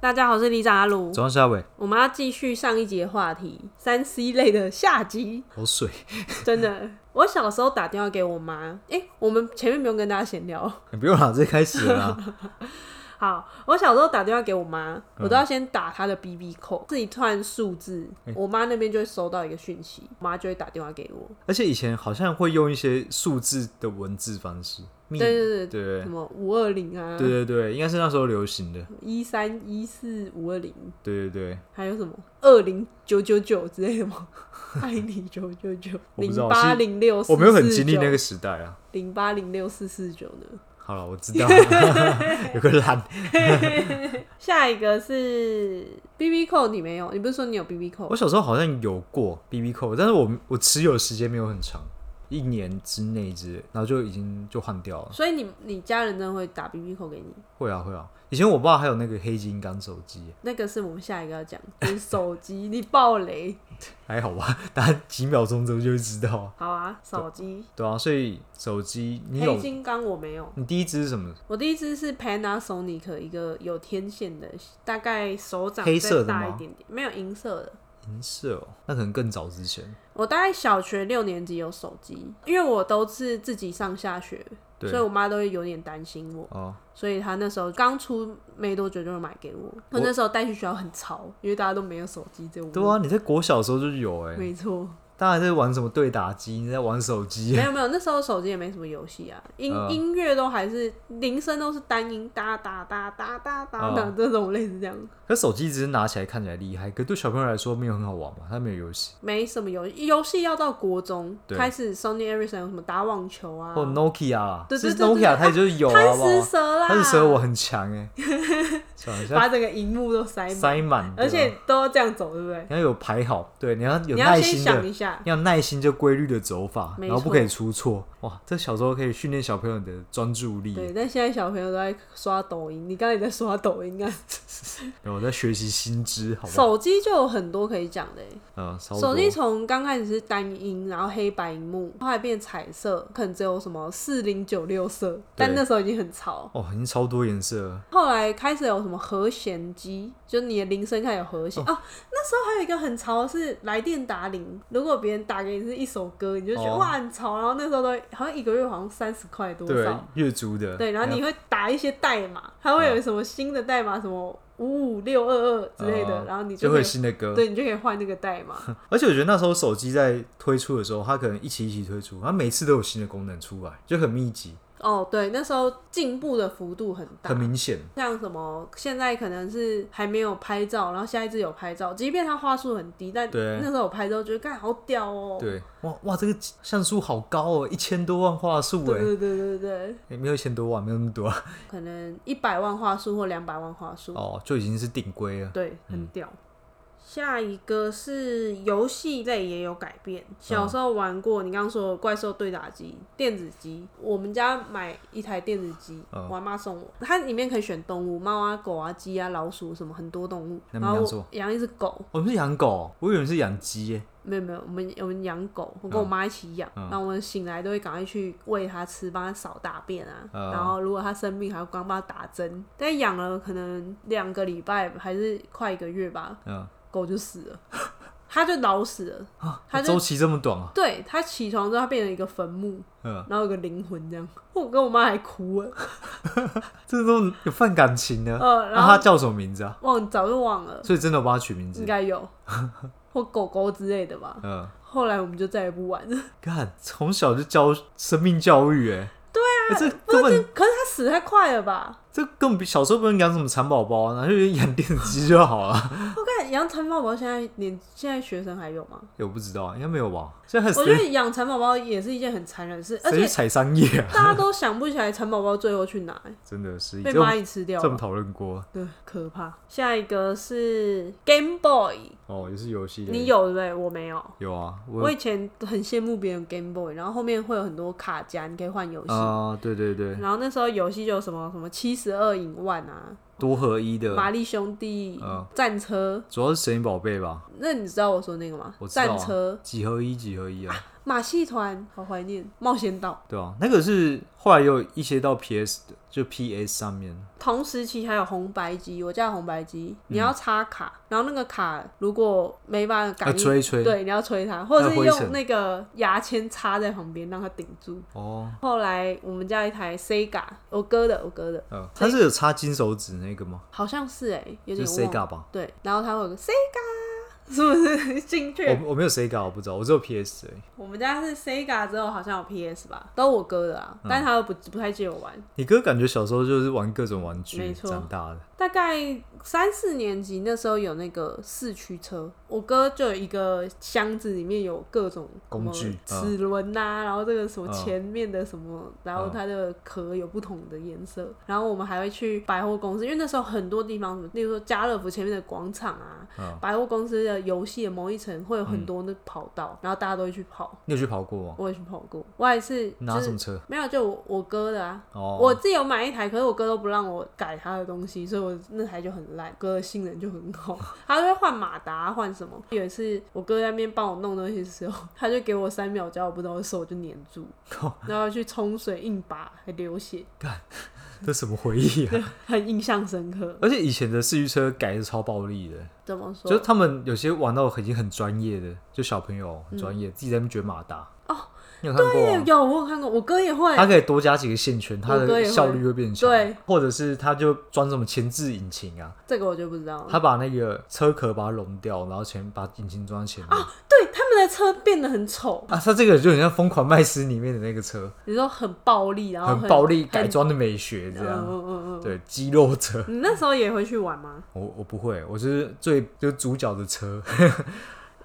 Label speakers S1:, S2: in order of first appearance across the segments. S1: 大家好，我是里长阿卢。
S2: 早上下尾，
S1: 我们要继续上一节话题，三 C 类的下集。
S2: 好水，
S1: 真的，我小时候打电话给我妈，诶，我们前面不用跟大家闲聊。
S2: 你不用啦，直接开始了 啦。
S1: 好，我小时候打电话给我妈，
S2: 嗯
S1: 我都要先打她的 BB 扣，自己串数字，我妈那边就会收到一个讯息，我妈就会打电话给我，
S2: 而且以前好像会用一些数字的文字方式，密
S1: 对对
S2: 对
S1: 什么五二零啊，
S2: 对对对，应该是那时候流行的。
S1: 一三一四五二零，
S2: 对对对，
S1: 还有什么二零九九九之类的 吗？爱你九九九
S2: 我不
S1: 零
S2: 知道
S1: 八零六，
S2: 我没有很经历那个时代啊。
S1: 零八零六四四九呢。
S2: 好了，我知 道 了有个烂，
S1: 下一个是 BB 扣，你没有？你不是说你有 BB 扣
S2: 我？小时候好像有过 BB 扣，但是我我持有的时间没有很长，一年之内之类，然后就已经就换掉了。
S1: 所以你你家人真的会打 BB 扣给你？
S2: 会啊会啊，以前我爸还有那个黑金刚手机，
S1: 那个是我们下一个要讲，就是手机你爆雷，
S2: 还好吧，大家几秒钟之后就会知道啊。
S1: 好啊，手 机。
S2: 对啊，所以手机你有
S1: 黑金刚我没有，
S2: 你第一支是什么？
S1: 我第一只是 Panasonic 一个有天线的，大概手掌
S2: 黑色
S1: 再
S2: 的吗
S1: 大一点点，没有银色的。
S2: 银色哦，那可能更早之前。
S1: 我大概小学六年级有手机，因为我都是自己上下学，
S2: 对
S1: 所以我妈都会有点担心我，
S2: 哦，
S1: 所以她那时候刚出没多久就买给我。我那时候带去学校很潮，因为大家都没有手机，这我。
S2: 对啊，你在国小的时候就有哎、
S1: 没 错，
S2: 大家在玩什么对打机，你在玩手机
S1: 没，有没有，那时候手机也没什么游戏啊，音、
S2: 嗯
S1: 音乐都还是铃声都是单音哒哒哒哒哒哒哒
S2: 嗯
S1: 这种类似这样，
S2: 可手机只是拿起来看起来厉害，可对小朋友来说没有很好玩嘛，它没有游戏。
S1: 没什么游戏。游戏要到国中
S2: 对
S1: 开始，Sony Ericsson 有什么打网球啊，
S2: 或哦 Nokia 啦，
S1: 对对
S2: 是
S1: 对对
S2: Nokia 它就有啊，
S1: 贪
S2: 好不
S1: 食
S2: 好？
S1: 蛇啦，
S2: 贪食蛇我很 强哎、算了，现
S1: 把整个荧幕都塞满，
S2: 在塞满，
S1: 而
S2: 对
S1: 且
S2: 吧
S1: 都要这样走，对不对？
S2: 你要有排好，对，你要有
S1: 你要
S2: 耐
S1: 先
S2: 心
S1: 想
S2: 的
S1: 一。下，
S2: 要有耐心就规律的走法，
S1: 没
S2: 然后不
S1: 错
S2: 可以出错。哇，这小时候可以训练小朋友的专注力。
S1: 对。但现在小朋友都在刷抖音，你刚才也在刷抖音啊。
S2: 然后我在学习新知，好不好？
S1: 手机就有很多可以讲的欸、
S2: 嗯，差不多
S1: 手机从刚开始是单音，然后黑白荧幕，后来变彩色，可能只有什么四零九六色，但那时候已经很潮。
S2: 哦，已经超多颜色了。
S1: 后来开始有什么和弦机，就你的铃声看有和弦哦那时候还有一个很潮的是来电打铃，如果别人打给你是一首歌，你就觉得、
S2: 哦
S1: 哇很潮。然后那时候都好像一个月好像三十块多
S2: 对哦
S1: 少，，
S2: 月租的。
S1: 对，然后你会打一些代码，它会有什么新的代码，什么五五六二二之类的，
S2: 嗯
S1: 然后你
S2: 就
S1: 可
S2: 会有
S1: 以
S2: 新的歌。
S1: 对你就可以换那个代码。
S2: 而且我觉得那时候手机在推出的时候，它可能一期一期推出，它每次都有新的功能出来，就很密集、
S1: 哦，对，那时候进步的幅度很大
S2: 很。明显。
S1: 像什么，现在可能是还没有拍照，然后下一次有拍照，即便它话术很低，但
S2: 对
S1: 那时候有拍照，觉得干好屌哦、
S2: 对，哇哇，这个像素好高哦，一千多万画素
S1: 对
S2: 哎，
S1: 对对对对，
S2: 诶没有一千多万，没有那么多啊、
S1: 可能一百万话术或两百万话术，
S2: 哦，就已经是顶规了。
S1: 对，很屌。下一个是游戏类也有改变，
S2: 嗯
S1: 小时候玩过你刚刚说的怪兽对打机、电子机，我们家买一台电子机，
S2: 嗯
S1: 我妈送我，它里面可以选动物，猫啊、狗啊、鸡啊、老鼠什么很多动物，
S2: 那
S1: 然
S2: 你
S1: 后
S2: 养什
S1: 我
S2: 么
S1: 养一只狗，
S2: 我们是养狗，我以为是养鸡耶。
S1: 没有没有，我们我们养狗，我跟我妈一起养，
S2: 嗯
S1: 然后我们醒来都会赶快去喂它吃，帮它扫大便啊，
S2: 嗯
S1: 然后如果它生病还要帮它打针。但养了可能两个礼拜还是快一个月吧，
S2: 嗯，
S1: 狗就死了，它就老死了。它就
S2: 周期这么短啊。
S1: 对，它起床之后它变成一个坟墓，
S2: 嗯，
S1: 然后有个灵魂这样。我跟我妈还哭了，
S2: 这都有泛感情的。
S1: 呃，
S2: 那
S1: 然
S2: 它
S1: 后
S2: 叫什么名字啊？
S1: 忘早就忘了，
S2: 所以真的有帮它取名字
S1: 应。该 有或狗狗之类的吧。
S2: 嗯。
S1: 后来我们就再也不玩了。
S2: 看，从小就教生命教育、欸，哎，对啊，这根本
S1: 可是它死太快了吧？
S2: 这根本比小时候不能养什么蚕宝宝、啊，然后就养电子鸡就好了。
S1: 我看在养蚕宝宝现在连现在学生还有吗？
S2: 欸我不知道，应该没有吧？现在
S1: 我觉
S2: 谁
S1: 得养蚕宝宝也是一件很残忍的事，而
S2: 谁去
S1: 且
S2: 采桑叶啊？
S1: 大家都想不起来蚕宝宝最后去哪、欸
S2: 真的是
S1: 被
S2: 这
S1: 蚂
S2: 种
S1: 蚁吃掉
S2: 这么
S1: 了。
S2: 讨论过
S1: 对，可怕。下一个是 Game Boy，
S2: 哦，也是游戏类。
S1: 你有对不对？我没有。
S2: 有啊？
S1: 我
S2: 我
S1: 以前很羡慕别人 Game Boy，然后后面会有很多卡夹，你可以换游戏。
S2: 啊，对对对，
S1: 然后那时候游戏就有什么什么七十二影万啊，
S2: 多合一的，
S1: 玛丽兄弟、
S2: 嗯
S1: 战车，
S2: 主要是神奇宝贝吧？
S1: 那你知道我说那个吗？
S2: 我知道啊
S1: 战车、
S2: 几合一，几合一啊？
S1: 马戏团，好怀念冒险岛。
S2: 对啊，那个是后来有一些到 PS 的，就 PS 上面。
S1: 同时期还有红白机，我家有红白机，你
S2: 嗯
S1: 要插卡，然后那个卡如果没办法
S2: 啊，
S1: 感应，
S2: 吹一吹
S1: 对，你要吹它，或者
S2: 那
S1: 是
S2: 灰
S1: 用
S2: 尘
S1: 那个牙签插在旁边让它顶住。
S2: 哦，
S1: 后来我们家一台 Sega，我哥的，我哥的，
S2: 呃，它是有插金手指那个吗？
S1: 好像是哎、有
S2: 就
S1: 点
S2: 是
S1: 忘了。
S2: Sega 吧？
S1: 对，然后它会有个 Sega，是不是 进去？
S2: 我我没有 Sega，我不知道，我只有 PS 而已。
S1: 我们家是 Sega 之后好像有 PS 吧，都我哥的
S2: 嗯
S1: 啊，但他又不不太借我玩。
S2: 你哥感觉小时候就是玩各种玩具
S1: 没错
S2: 长大的，
S1: 大概三四年级那时候有那个四驱车，我哥就有一个箱子，里面有各种什么
S2: 工具
S1: 齿轮呐，然后这个什么
S2: 嗯
S1: 前面的什么，然后
S2: 嗯
S1: 它的壳有不同的颜色，然后我们还会去百货公司，因为那时候很多地方，例如说家乐福前面的广场啊，
S2: 嗯
S1: 百货公司的游戏的某一层会有很多那跑
S2: 嗯
S1: 道，然后大家都会去跑，
S2: 你有去跑过吗？
S1: 我也去跑过，我也是
S2: 你拿
S1: 就
S2: 什
S1: 是
S2: 么车？
S1: 没有就我我哥的啊，
S2: 哦，
S1: 我自己有买一台，可是我哥都不让我改他的东西，所以我那台就很烂。哥的性能就很好， 他都会换马达，换什么？有一次我哥在那边帮我弄东西的时候，他就给我三秒胶，我不知道我手就粘住，
S2: 哦
S1: 然后去冲水硬拔，还流血，
S2: 这什么回忆啊？
S1: 很印象深刻。
S2: 而且以前的四驱车改的超暴力的，
S1: 怎么
S2: 就是
S1: 说？
S2: 他们有些玩到已经很专业的，就小朋友很专业，自己在那边卷马达。
S1: 嗯哦，
S2: 你有看过
S1: 对
S2: 吗，？
S1: 有我有看过，我哥也会。
S2: 它可以多加几个线圈，它
S1: 我哥
S2: 的
S1: 也会
S2: 效率会变强。
S1: 对，
S2: 或者是它就装什么前置引擎啊，
S1: 这个我就不知道了。
S2: 它把那个车壳把它融掉，然后前把引擎装在前面。
S1: 对，他们的车变得很丑，
S2: 啊，它这个就很像《疯狂麦斯》里面的那个车，
S1: 你说很暴力，然后
S2: 很暴力
S1: 很
S2: 改装的美学这
S1: 嗯
S2: 样。
S1: 嗯嗯嗯。
S2: 对，肌肉车，
S1: 你那时候也会去玩吗？
S2: 我我不会，我就是最就是主角的车，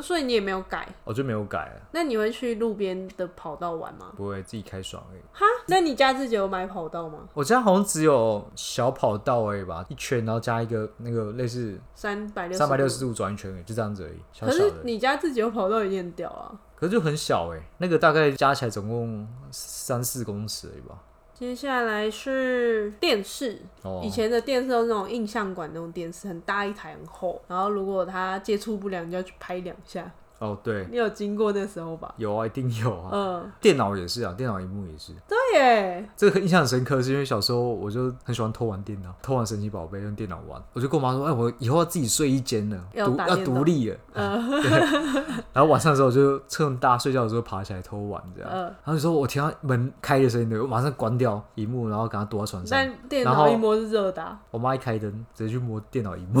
S1: 所以你也没有改。
S2: 我就没有改了，
S1: 那你会去路边的跑道玩吗？
S2: 不会自己开爽而已。
S1: 哈，那你家自己有买跑道吗？
S2: 我家好像只有小跑道而已吧，一圈，然后加一个那个类似
S1: 三百六
S2: 三百六十。度转一圈而已，就这样子而已，小
S1: 可
S2: 小
S1: 是
S2: 的。
S1: 你家自己有跑道也很屌啊！
S2: 可是就很小哎、那个大概加起来总共三四公尺而已吧。
S1: 接下来是电视，
S2: 哦，
S1: 以前的电视都是那种印象馆那种电视，很大一台，很厚。然后如果它接触不良，你就要去拍两下。
S2: 哦对，
S1: 你有经过那时候吧？
S2: 有啊，一定有啊。
S1: 嗯，
S2: 电脑也是啊，电脑荧幕也是。
S1: 对耶，
S2: 这个印象很深刻，是因为小时候我就很喜欢偷玩电脑，偷玩神奇宝贝，用电脑玩。我就跟我妈说：“哎，我以后要自己睡一间了，
S1: 要
S2: 独
S1: 打
S2: 要
S1: 电脑嗯
S2: 独立了。 对然后晚上的时候，我就趁大家睡觉的时候爬起来偷玩，这样。
S1: 嗯
S2: 然后就说我听到门开的声音，我马上关掉荧幕，然后赶快躲在床上。
S1: 但电
S2: 然后
S1: 脑一摸是热的啊、
S2: 我妈一开灯，直接去摸电脑荧 幕，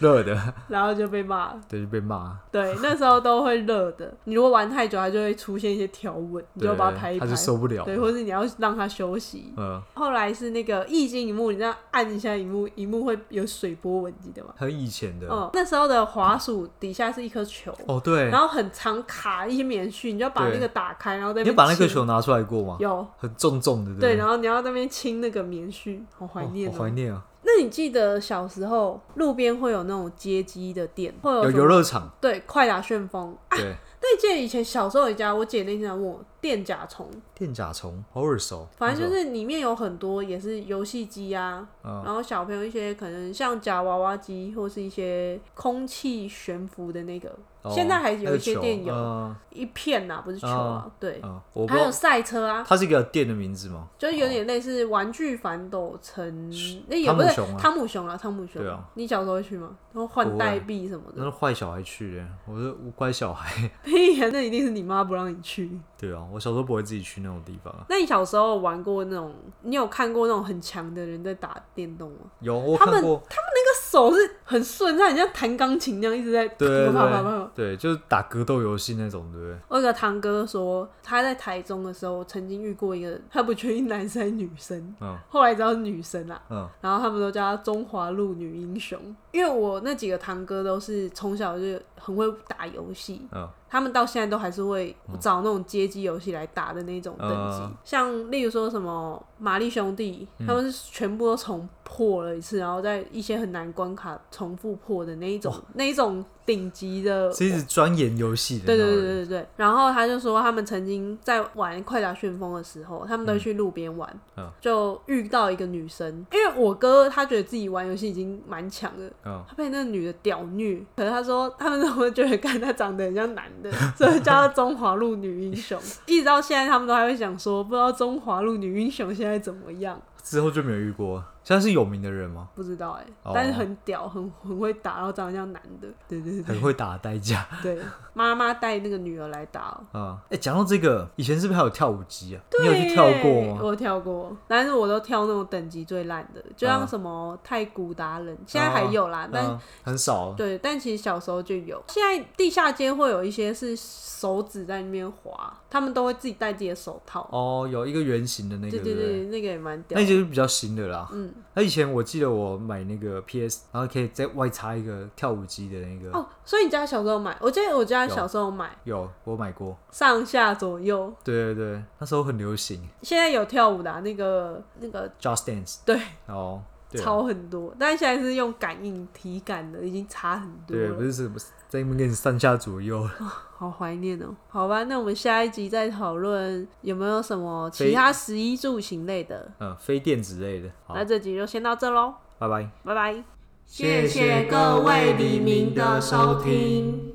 S2: 热的，
S1: 然后就被骂了。
S2: 对，就被骂。
S1: 对，那时候都会热的。你如果玩太久，它就会出现一些条纹，你
S2: 对，
S1: 就把它拍一
S2: 她
S1: 拍，
S2: 就受不了。
S1: 对，或是你要让它休息。
S2: 嗯，
S1: 后来是那个液晶荧幕，你这样按一下荧幕，荧幕会有水波纹，记得吗？
S2: 很以前的。
S1: 嗯，那时候的滑鼠底下是一颗球，
S2: 哦，啊对
S1: 然，后很长卡一些棉絮，你就要把
S2: 对
S1: 那个打开，然后在
S2: 你
S1: 边
S2: 有把那个
S1: 清
S2: 球拿出来过吗？
S1: 有
S2: 很重重的，
S1: 对，
S2: 不
S1: 然后你要在那边清那个棉絮，好怀
S2: 哦
S1: 念
S2: 好
S1: 哦。
S2: 怀念啊！
S1: 那你记得小时候路边会有那种街机的店，会有
S2: 有
S1: 什
S2: 游
S1: 么啊
S2: 乐场，
S1: 对快打旋风。
S2: 对，
S1: 那你记得以前小时候有一家，我姐那天来问我电甲虫，
S2: 电甲虫好耳熟，
S1: 反正
S2: 那
S1: 就
S2: 种
S1: 是里面有很多也是游戏机啊，
S2: 嗯
S1: 然后小朋友一些可能像夹娃娃机或是一些空气悬浮的那个，
S2: 哦
S1: 现在还有一些
S2: 那个球
S1: 店有
S2: 嗯
S1: 一片呐、不是球啊，对，
S2: 嗯，我不
S1: 还
S2: 知
S1: 有
S2: 道
S1: 赛车啊，
S2: 它是一个店的名字吗？
S1: 就是有点类似玩具反斗城，那、也
S2: 汤
S1: 不
S2: 姆
S1: 是
S2: 熊啊
S1: 汤姆熊啊，汤姆熊，
S2: 对啊
S1: 你小时候会去吗？然后换
S2: 不会
S1: 代币什么的，
S2: 那 是坏小孩去的，我是乖小孩。
S1: 屁呀、那一定是你妈不让你去。
S2: 对啊，我小时候不会自己去那种地方啊。
S1: 那你小时候玩过那种，你有看过那种很强的人在打电动吗？
S2: 有我
S1: 他们
S2: 看过，
S1: 那个手是很顺，他很像弹钢琴那样一直在
S2: 对对
S1: 啪啪啪啪
S2: 对
S1: 啪。
S2: 对，就是打格斗游戏那种，对不对？
S1: 我有个堂哥说，他在台中的时候曾经遇过一个，他不确定男生还是女生，
S2: 嗯
S1: 后来知道是女生啦。
S2: 嗯
S1: 然后他们都叫她中华路女英雄，因为我那几个堂哥都是从小就很会打游戏，
S2: 嗯
S1: 他们到现在都还是会找那种街机游戏来打的那种等级，
S2: 嗯
S1: 像例如说什么玛丽兄弟，他们是全部都重破了一次，然后在一些很难关卡重复破的那一种，那一种顶级的。
S2: 是一直钻研游戏的
S1: 对
S2: 那种
S1: 对
S2: 人。
S1: 对对对，然后他就说，他们曾经在玩《快打旋风》的时候，他们都去路边玩，
S2: 嗯
S1: 就遇到一个女生，因为我哥他觉得自己玩游戏已经蛮强的，
S2: 嗯，
S1: 他被那个女的屌虐，可是他说他们怎么觉得看他长得很像男的，所以叫他中华路女英雄。一直到现在，他们都还会想说，不知道中华路女英雄现在怎么样，
S2: 之后就没有遇过。现在是有名的 人吗？
S1: 不知道哎、
S2: 哦
S1: 但是很屌，很很会打，然后长得像男的。对对对
S2: 很会打的代价
S1: 对，妈妈带那个女儿来打、哦。
S2: 啊！哎、讲到这个，以前是不是还有跳舞机啊？你
S1: 对
S2: 有去跳过
S1: 耶
S2: 吗？
S1: 我跳过，但是我都跳那种等级最烂的，就像
S2: 嗯
S1: 什么太古达人，现在还有啦，但
S2: 嗯、很少。
S1: 对，但其实小时候就有。现在地下街会有一些是手指在那边滑，他们都会自己戴自己的手套。
S2: 哦，有一个圆形的那个，
S1: 对对
S2: 对不对
S1: 对，那个也蛮屌
S2: 那。就是比较新的啦。
S1: 嗯，
S2: 那以前我记得我买那个 PS，然后可以在外插一个跳舞机的那个，
S1: 哦，所以你家小时候买？我记得我家
S2: 有
S1: 小时候买
S2: 有我买过。
S1: 上下左右，
S2: 对对对，那时候很流行
S1: 现在有跳舞的啊、那个那个
S2: Just Dance。
S1: 对，
S2: 哦，对啊，
S1: 超很多，但是现在是用感应体感的，已经差很多
S2: 对，不
S1: 了，
S2: 是什么在那边给你上下 左右，
S1: 好怀念哦。好吧，那我们下一集再讨论有没有什么其
S2: 非
S1: 他食衣住行类的。
S2: 嗯，飞电子类的。好
S1: 那，这集就先到这喽，
S2: 拜拜。
S1: 拜拜。
S2: 谢谢各位黎明的收听。